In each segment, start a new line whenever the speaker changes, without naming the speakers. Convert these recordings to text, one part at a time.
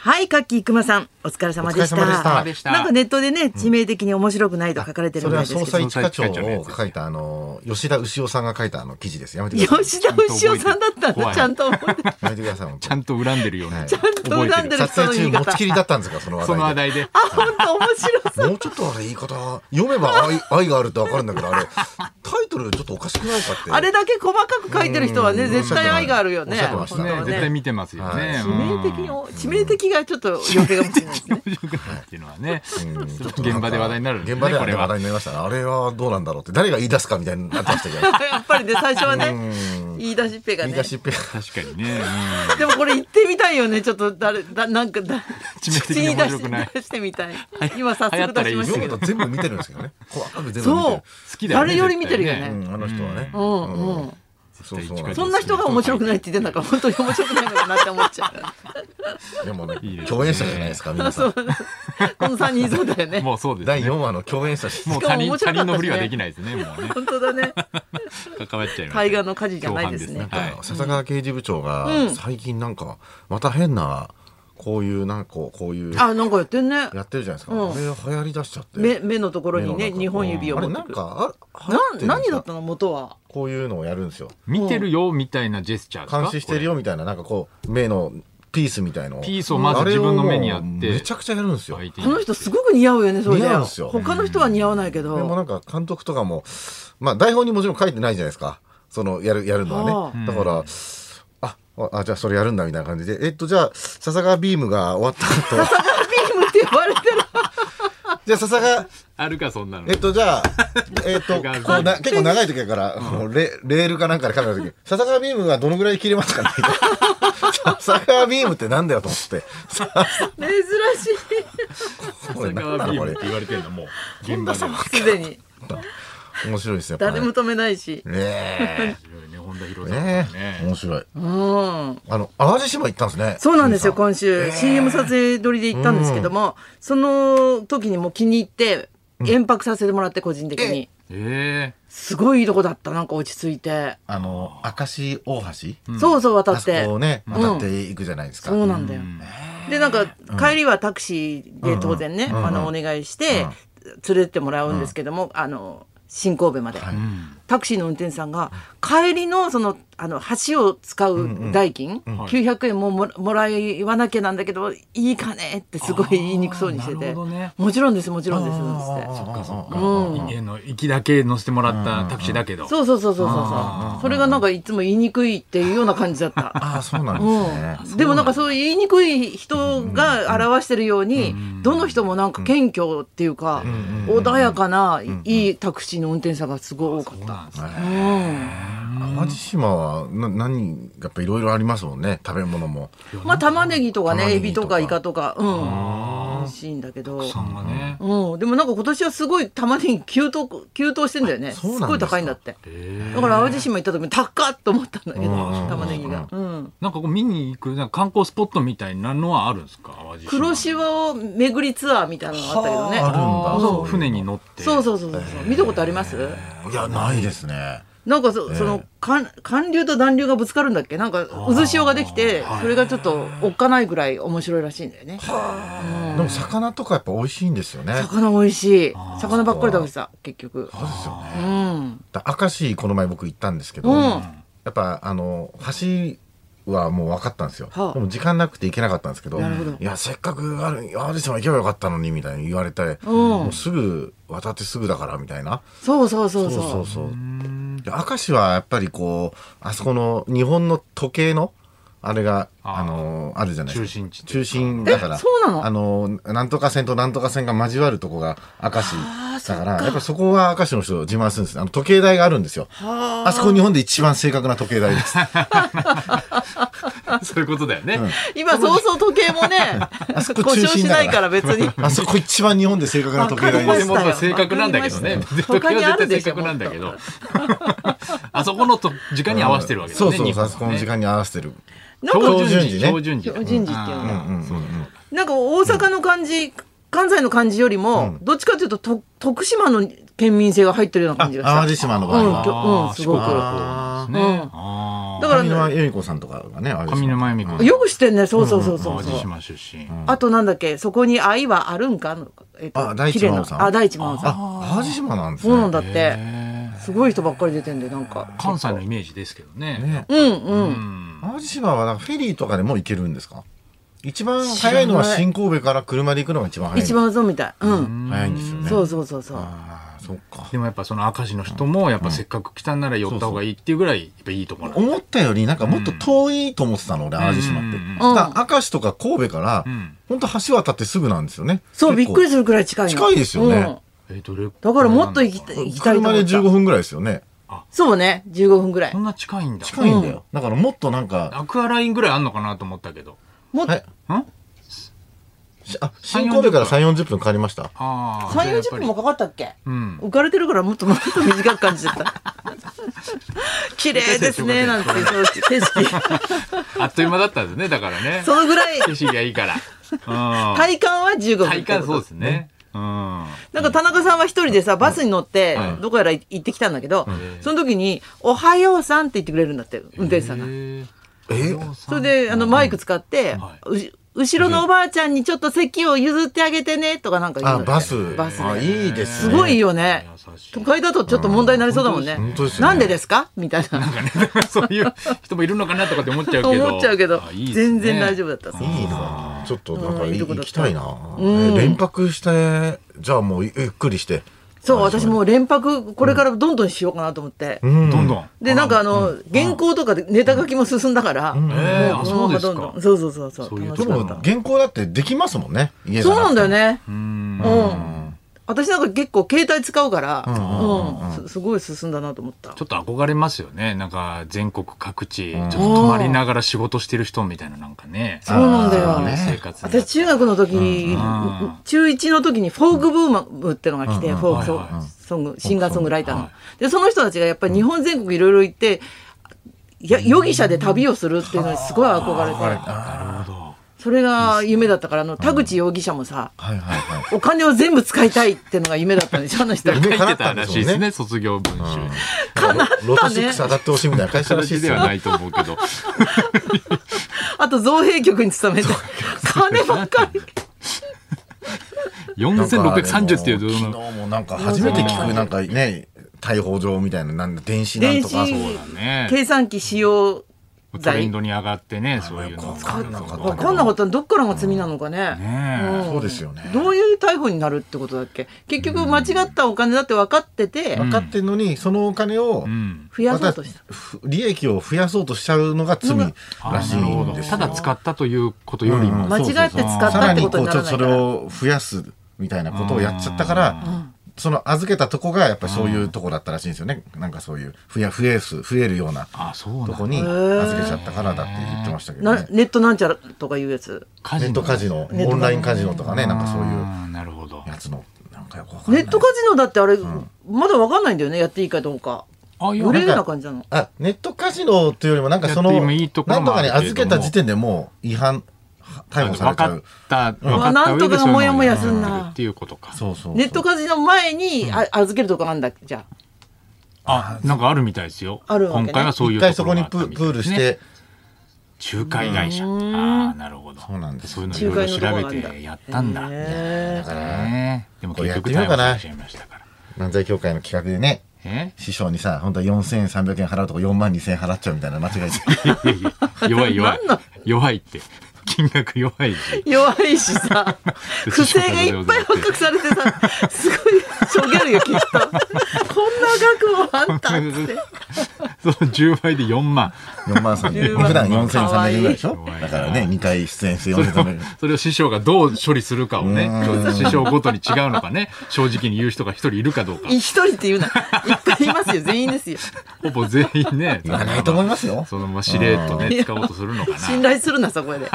はい、かっきーくまさん、お疲れ様でした。
お疲れ様でした
あでした
なんかネットでね、致命的に面白くないと書かれてる
そ
み
れ
た
は
で
い
す
総
けど。
裁一課長を書いたあの吉田牛夫さんが書いたあの記事です。やめてください。
吉田牛尾さんだったんだ、
怖い
ちゃんと思って。ち
やめてください。本
ちゃんと恨んでるよね。
ちゃん
と恨んでる
覚え
当
て
に撮影
その言い
中
方
持ちきりだったんですかその話題で。
その話題で。
あ、本当面白そう。
もうちょっとあれ言い方読めば愛愛があるってわかるんだけどあれタイトルちょっとおかしくないかって。
あれだけ細かく書いてる人はね、
うん
絶対愛があるよね。
おっしゃってました
本当
ね
は、
絶対見てますよね。
致命的に、致命的がちょっと余計かもしれないです ね。
面白くないっていうのはね、
うん
ちょっと現場で話題になるんです
現
ね
場では
こ
ね
れ
話
は
題になりましたねあれはどうなんだろうって誰が言い出すかみたいになってましたけど
やっぱりね、最初は ね、
うん
言い出しっぺが
言い
ね
出。しっぺが
確かに ね。
でもこれ言ってみたいよね、ちょっと誰、だなんかだ、
致命
口に
的に
出
面
し
白くない
出してみたい
い。
今早
流行
速
ったら
出
い
し
い
ま
で
した
読
す
け
む
ど。
と全部見てるんですけどね細かく全部見て
そ
る
う
好き。だよね
誰より見てるよ
絶対
ね。
うんあの人はね
う、ん、うん。
そうそう
うん
そんな人が面白くないって言ってんだから、本当に面白くないのかなって思っちゃ
でも
いい
ね
ですね
共演者じゃないですか皆
う。
さ
そ
ん
う。この3人そうだよね。
もうそうです
第
ね。
4話の共演者です
もう
しか
他
も
人
面白かったし
他
ね
人のふりはできないですね。もうね
本当だ ね。
関わっちゃいます。
大河の火事じゃないですね
共犯はい。
笹川刑事部長
うん
が最近なんかまた変なこういうなんかこうこういう
あ、なんかやってんね。
やってるじゃないですか
うん
あれ流行り出しちゃって
目、目のところに
目の
ね、
中
2本指を
あれ
持
な
っ
ん
てくる。
かあ
な
流行ってるんですか
何だったの元は。
こういうのをやるんですよ
見てるよみたいなジェスチャーですか。
監視してるよみたいななんかこう目のピースみたいの
ピースをまず
あれ
自分の目にやっ
を
て
もうめちゃくちゃやるんですよ
これ。
で
相手に
この人すごく似合うよね、それで。
似合うんすよ
他の人は似合わないけど。
もなんか監督とかもまあ台本にもちろん書いてないじゃないですかそのやるやるのは
はあ
ねだからああじゃあそれやるんだみたいな感じでえっとじゃあ笹川ビームが終わった後
ビームって呼ばれてる。
じゃあ笹川
あるかそんなの
え。っと じゃあえっと
が
こうな結構長い時やから、こうレレールかなんかで考えた時笹川ビームがどのぐらい切れます かね笹川ビームってなんだよと思って さ
珍
これ
ガ
なん
ー
だ
ビー
こ
ム
れ
って言われてるのもう現場では。
しい。すでに。
面白いですよやっぱ
誰
ね
も止めないし。
ね
ね本田
え
博さん
ねえ
ね。
面白い
うん。
あの淡路島行ったんですね
そうなんですよ、
ジミー
今週、CM 撮影撮りで行ったんですけども、その時にもう気に入って、遠泊させてもらって、個人的に。
え
すごいいいとこだった、なんか落ち着いて。
さんあの明石大橋
そうそう、渡
あ
っ
そ
て。
こをね
ん
渡っていくじゃないですか
そうなんだよ。で、なんか、帰りはタクシーで当然ね、
うんうん
あの、お願いして、連れてってもらうんですけども、あの、新神戸まで。
はい
え。うん
タクシーの運転手さんが帰りのそのあの橋を使う代金、
ん
900円もももらいわなきゃなんだけどいいかねってすごい言いにくそうにして
あーな
て、
るほどね
もちろんですもちろんです
あー
っつって
そっかそっ
う
か
ん
家の行きだけ乗せてもらったタクシーだけど。
そうそうそうそうそう
あ
そうそれがなんかいつも言いにくいっていうような感じだった。
ああそうなんですね
うん、でもなんかそういう言いにくい人が表してるように、どの人もなんか謙虚っていうか、穏やかな、いいタクシーの運転手さんがすごい多か
そう
っ
なん
た。
ですね。
うん
淡路島はな何やっぱいろいろありますもんね食べ物も
まあ玉ねぎとか
玉
ね
ねぎ
エビと
とか
かイカとかうん美味しいんだけど
さんがね。
うんでもなんか今年はすごい玉ねぎ急騰急騰してんだよねす
そうなんですか
ごい高いんだって
え
だから淡路島行った時も高っと思ったんだけど
うん
玉ねぎがうん
なんかこう見に行くなんか観光スポットみたいなのはあるんですか淡路島
黒潮を巡りツアーみたいなのがあったけどね
はあるんだそういう
あそう
の
船に乗って
そうそうそうそうそう見たことあります
いやないですね
なんかそその寒寒流と暖流がぶつかるんだっけなんか渦潮ができてそれがちょっとおっかないぐらい面白いらしいんだよね
でも魚とかやっぱ美味しいんですよね
魚美味しい魚ばっかり食べてた結局
そうですよね
うん
だ明石この前僕行ったんですけど、
うん
やっぱあの橋はもう分かったんですよ、
はあ
でも時間なくて行けなかったんですけど
なるほど
いやせっかくある淡路島行けばよかったのにみたいに言われて、もうすぐ渡ってすぐだからみたいな
そうそうそう
そうそ
そうう。
そうで明石はやっぱりこうあそこの日本の時計のあれが
あー
あのあるじゃないですか
中心地
中心だから
えそうなの
あのなんとか線となんとか線が交わるとこが明石
あー
だからやっぱそこは明石の人自慢するんですあの時計台があるんですよ
は
あそこ日本で一番正確な時計 台です。
そういうことだよね、
今そうそう時計もね、
あそこ
故
中
障し
心だから
ないから別 に。
あそこ一番日本で正確な時計台
わかり
で。
です
ま
も
したよ
正確なんだけどね
わかりました
時 計
他
は
にある
絶
で
対
し
正
ょ
確なんだ けどあそこのと時間に合わせてるわけだ
そ
ね
うそう
日
そう、あ
本はね
そこの時間に合わせてる。
なんか
標準時ね
標準時
標準時っていうの
あー
うんうん
そうそう
なんか大阪の感じ、関西の感じよりも、どっちかというとと徳島の県民性が入ってるような
あ
感じがした。
淡路島の場合
うん
は。
きょうん
あー
すごく
四国の方ですね、
うん
ああ
だ
あ
から
上沼恵美子さんとかがねあれですも
上
ん
沼恵美子
よく知ってんねそうそうそうそう
淡
そう、
路島出身、
あとなんだっけそこに愛はあるんかの、えっ
あ大地真央さ
綺麗
ん
なあ大地真央さん
あ淡路島なんです
そうなん
ね
だって
へえ
すごい人ばっかり出てんでなんか
関西のイメージですけどね
ね
うんうん、
うん
淡路島はなんかフェリーとかでも行けるんですか一番早いのは
知らない
新神戸から車で行くのが一番早い
一番そうみたいうん、
早いんですよね
そうそうそうそう
ああそっか
でもやっぱその明石の人もやっぱせっかく来たんなら寄った方がいいっていうぐらいやっぱいいところなんだ
思ったよりなんかもっと遠いと思ってたの、俺淡路島って、
うん
だから明石とか神戸から、
ん
ほんと橋渡ってすぐなんですよね
そうびっくり
り
するくらい近いの
近いですよね
えどれ
だからもっと行きたい行きたいと思
車
った
で15分ぐらいですよね
そうね15分ぐらい
こんな近いんだ
近いんだよ、だからもっとなんか
アクアラインぐらいあんのかなと思ったけど
もっ
え
んあ
しあ新神戸から3 4 0分かかりました
あーじゃあや
3
っ
4 0
ぱり
分もかかったっけ
うん
浮かれてるからもっともっと短く感じちゃった綺麗ですねなんてそう景色
あっという間だったんですねだから ね
そのぐらい
景色がいいから うん
体感は15分
体感そうですねうん
なんか田中さんは一人でさ、バスに乗って、どこやら行ってきたんだけど、その時に、おはようさんって言ってくれるんだって、運転手さんが。
え
え
それで、あの、マイク使って、
は
うし後ろのおばあちゃんにちょっと席を譲ってあげてね、とかなんか言
あ
うんだって
バス
バス
あ
で。
いいです
す
ね
ごいよね。
優しい
都会だとちょっと問題になりそうだもんね。
うん本当ですね
なんでですかみたいな。
そういう人もいるのかなとかって思っちゃうけど
思っちゃうけど
あいい、ですね
全然大丈夫だった。そう
いいなちょっとなんか
うんいいとこだ
行
った
きたいな、え連泊してじゃあもうゆゆっくりして
そう、私もう連泊、これからどんどんしようかなと思って。
うん
どんどん
で、なんかあの、原稿とかでネタ書きも進んだから、
えーあ
も
そうです
どんど
か
んそうそうそうそう。
そういう
楽
で
しか
も
った
原稿だってできますもんね家じ
そ
ゃ
うなん
くて
だよね。
うん
うん。私なんか結構携帯使うから、
んうん
うん、すすごい進んだなと思った
ち。ょっと憧れますよね。なんか全国各地、ちょっと泊まりながら仕事してる人みたいななんかね。
そうなんだよ
あ。ー
ね
生活になっ
私中学の時、中1の時にフォークブームってのが来て、フォークソ
はいはい
ソング、シンガーソングライターの。
はい
で、その人たちがやっぱり日本全国いろいろ行って、や余儀者で旅をするっていうのにすごい憧れて、
なるほど。
それが夢だったから、あの、田口容疑者もさ、
はいはい はい
お金を全部使いたいってのが夢だったんでしょ、あの人。
夢
書い
叶
て
った
た
んで
ら
しょうね
しいですね、卒業文集に。
ロト6上がってほしいみたいな会社らしい
形
です
で
よ
はないと思 うけど。
あと造幣局に勤めて、金ばっかり。
4630っていう
昨
の
日もなんか初めて聞くなんかね逮捕状みたいななんだ電子なん
電
と
子
かそう
ね
計算機使用
トレン
罪
ドに上がってね、そういうの。
わかんなかったけど
分かんなかったのどっからが罪なのかね、
ね
そうですよね
どういう逮捕になるってことだっけ結局間違ったお金だって分かってて、
分かってんのにそのお金を
えうん。
増やそうとした
まふ利益を増やそうとしちゃうのが罪
あ
らしい
なるほ
ん
ど
です
ただ使ったということより
うん
も。
間違って使っ
さ
た
ら
って
に
こ
ことう
に
ち
な
ょっ
らない
と
か
それ
ら
を増やすみたいなことをやっちゃったからその預けたとこがやっぱりそういうとこだったらしいんですよねなんかそういう増や増えす増えるような
あ、そうなん
と
だ
こに預けちゃったからだって言ってましたけど
な
ね
ネットなんちゃらとかいうやつ
カ
ネットカジ
ノ。
ノオンラインカジノとかねなんかそういう
あーなるほど。
やつのなんかよくわかんな
ネ
い
ットカジノだってあれ、まだ分かんないんだよねやっていいかどうか
あ、い
グレ
や、
ーな感じなの
あネットカジノというよりもなんかその
やってもいいところ
何と
もあ
か
る
に
けれど
預けた
も
時点でもう違反は逮捕さ
分
れちゃ
かっ
う
た、分
う
か
わ
った
な
上で
んとかが
そういうの
もやもやすんな
やるっていうことか。
そうそう
ネットカジノ前にあ預けるとこあんだじゃあ
あ、なんかあるみたいですよ。
あるわけね
今回はそうい
一
うと
回
こ
そ
ろ
こ
が
に
あった
プ
みたい
ープールし
ですね
て
仲介会社。ああ、なるほど。
そうなんです
そういうのいろいろ調
仲介のとこ
べ
があるん
て
だ
やったんだ。
へ
だから
ねえでも結局
これやってみよう
逮
か
捕
な
されちゃいましたから。
漫才協会の企画でね
え
師匠にさ本当は4300円払うとこ4万2000円払っちゃうみたいな間違 えて
いやいや 弱い弱い。弱いって。金額弱いし。
弱いしさ不正がいっぱい発覚されてさすごいしょげるよきっとこんな額もあんたって。
その10倍で4万。
4万
10
3 0
万
普段4300円ぐらいでしょ
かわいい
だからね2回出演して
それを
4300円
それを師匠がどう処理するかをね、師匠ごとに違うのかね、正直に言う人が一人いるかどうか。
一人って言うな。一回言いますよ。全員ですよ。
ほぼ全員ね、
言わないと思いますよ
そのまましれっとね、使おうとするのか
信
な。
頼するな、そこへで。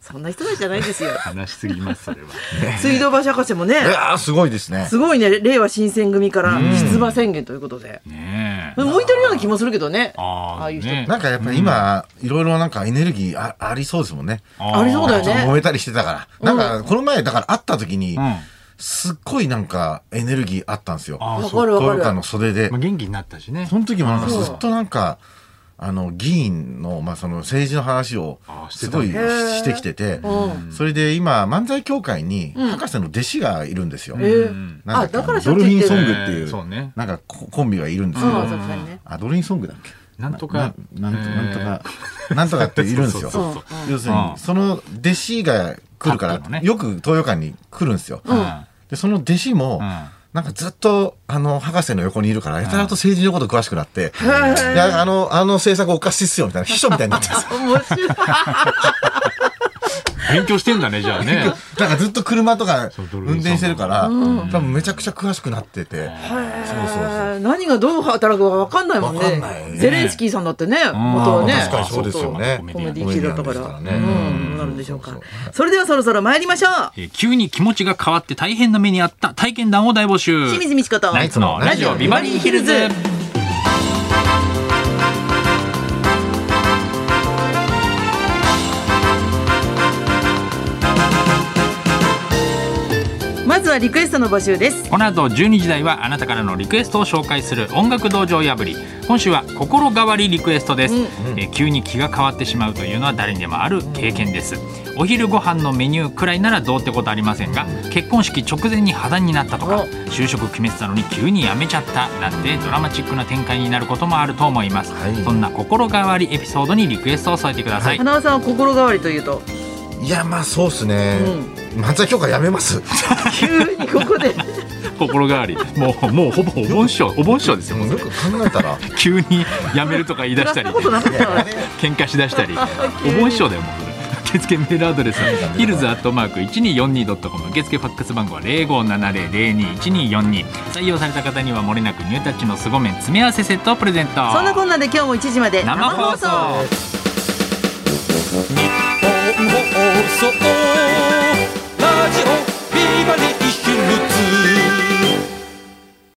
そんな人たちじゃないですよ。
話しすぎます、それは。
水道橋博士もね、
いやーすごいですね
すごいね、令和新選組から出馬宣言ということで。
ねえ。
向いてるような気もするけどね。
あ
ああ
あ、
いう
ね
人
なんかやっぱり今いろいろなんかエネルギーあありそうですもんね
あー
ありそうだよね
ちょっと揉めたりしてたから。なんか、この前、だから会った時に
ん、
すっごいなんかエネルギーあったんですよ。
あー
わ
そ
か
う
るわ
豊
か
川
る
の。袖で
まあ、。元気になったしね
そ。の時もなんかずっとなんか、あの議員の,、まあその政治の話を
あして
す
た
ご
ね
いし
へー
してきてて、
う
それで今漫才協会に
ん
博士の弟子がいるんですよ。
えー
うん
なん
あだからしょ
ド
っち
ル
ゅう
フィ
行って
ンソ
る
ングってい
えーそう
う,、
ね
なんかココンビがいるんですけど、
うん確かにね
あドルフィンソングだっけ
なんとか
ななんとか、なんとかっているん ですよ。
そう
そうそう
要する
うん
にその弟子が来るか
カップの
ら、
ね
よく東洋館に来るんですよ。
うん
でその弟子も、
うん
なんかずっとあの博士の横にいるからやたらと政治のこと詳しくなって、い
へ
やあのあの政策おかしいっすよみたいな秘書みたいになってます。
ー面白い
勉強してんだねじゃあね
なんかずっと車とか
そうドルフィ
運
ン
転してるから、
う
多分めちゃくちゃ詳しくなってて、そうそうそう
へー何がどう働くか分かんないもん
分かんない
ね。ゼレンスキーさんだってね、元はね。
確かにそうですよね
コメディー
コメディ
級だ
ア
った
ンで
か。
すからら
う
ね
ん、なるでしょうか。それではそろそろ参りましょう。
えー急に気持ちが変わって大変な目にあった体験談を大募集
清水美智子と。
ナイツのラジオビバリーヒルズ。
まずはリクエストの募集です。
この後12時台はあなたからのリクエストを紹介する音楽道場破り今週は心変わりリクエストです、
うん
えー急に気が変わってしまうというのは誰にでもある経験ですお昼ご飯のメニューくらいならどうってことありませんが結婚式直前に破談になったとか
お
就職決めてたのに急に辞めちゃったなんてドラマチックな展開になることもあると思います、
はい
そんな心変わりエピソードにリクエストを添えてください、
花輪さんは心変わりというと、
いやまあそうっすね、漫才協会やめます
急にここで。
心変わりもうもうほぼお盆師匠お盆師匠ですよもう
よく考えたら
急に辞めるとか言い出 した
そ
り
んなことなかったわ ね。
喧嘩しだ したりお盆師匠だよもうそれ受付メールアドレスはヒルズアットマーク 1242.com 受付ファックス番号は0570021242採用された方にはもれなくニュータッチの凄麺詰め合わせセットをプレゼント
そんなこんなで今日も1時まで
生放送
放送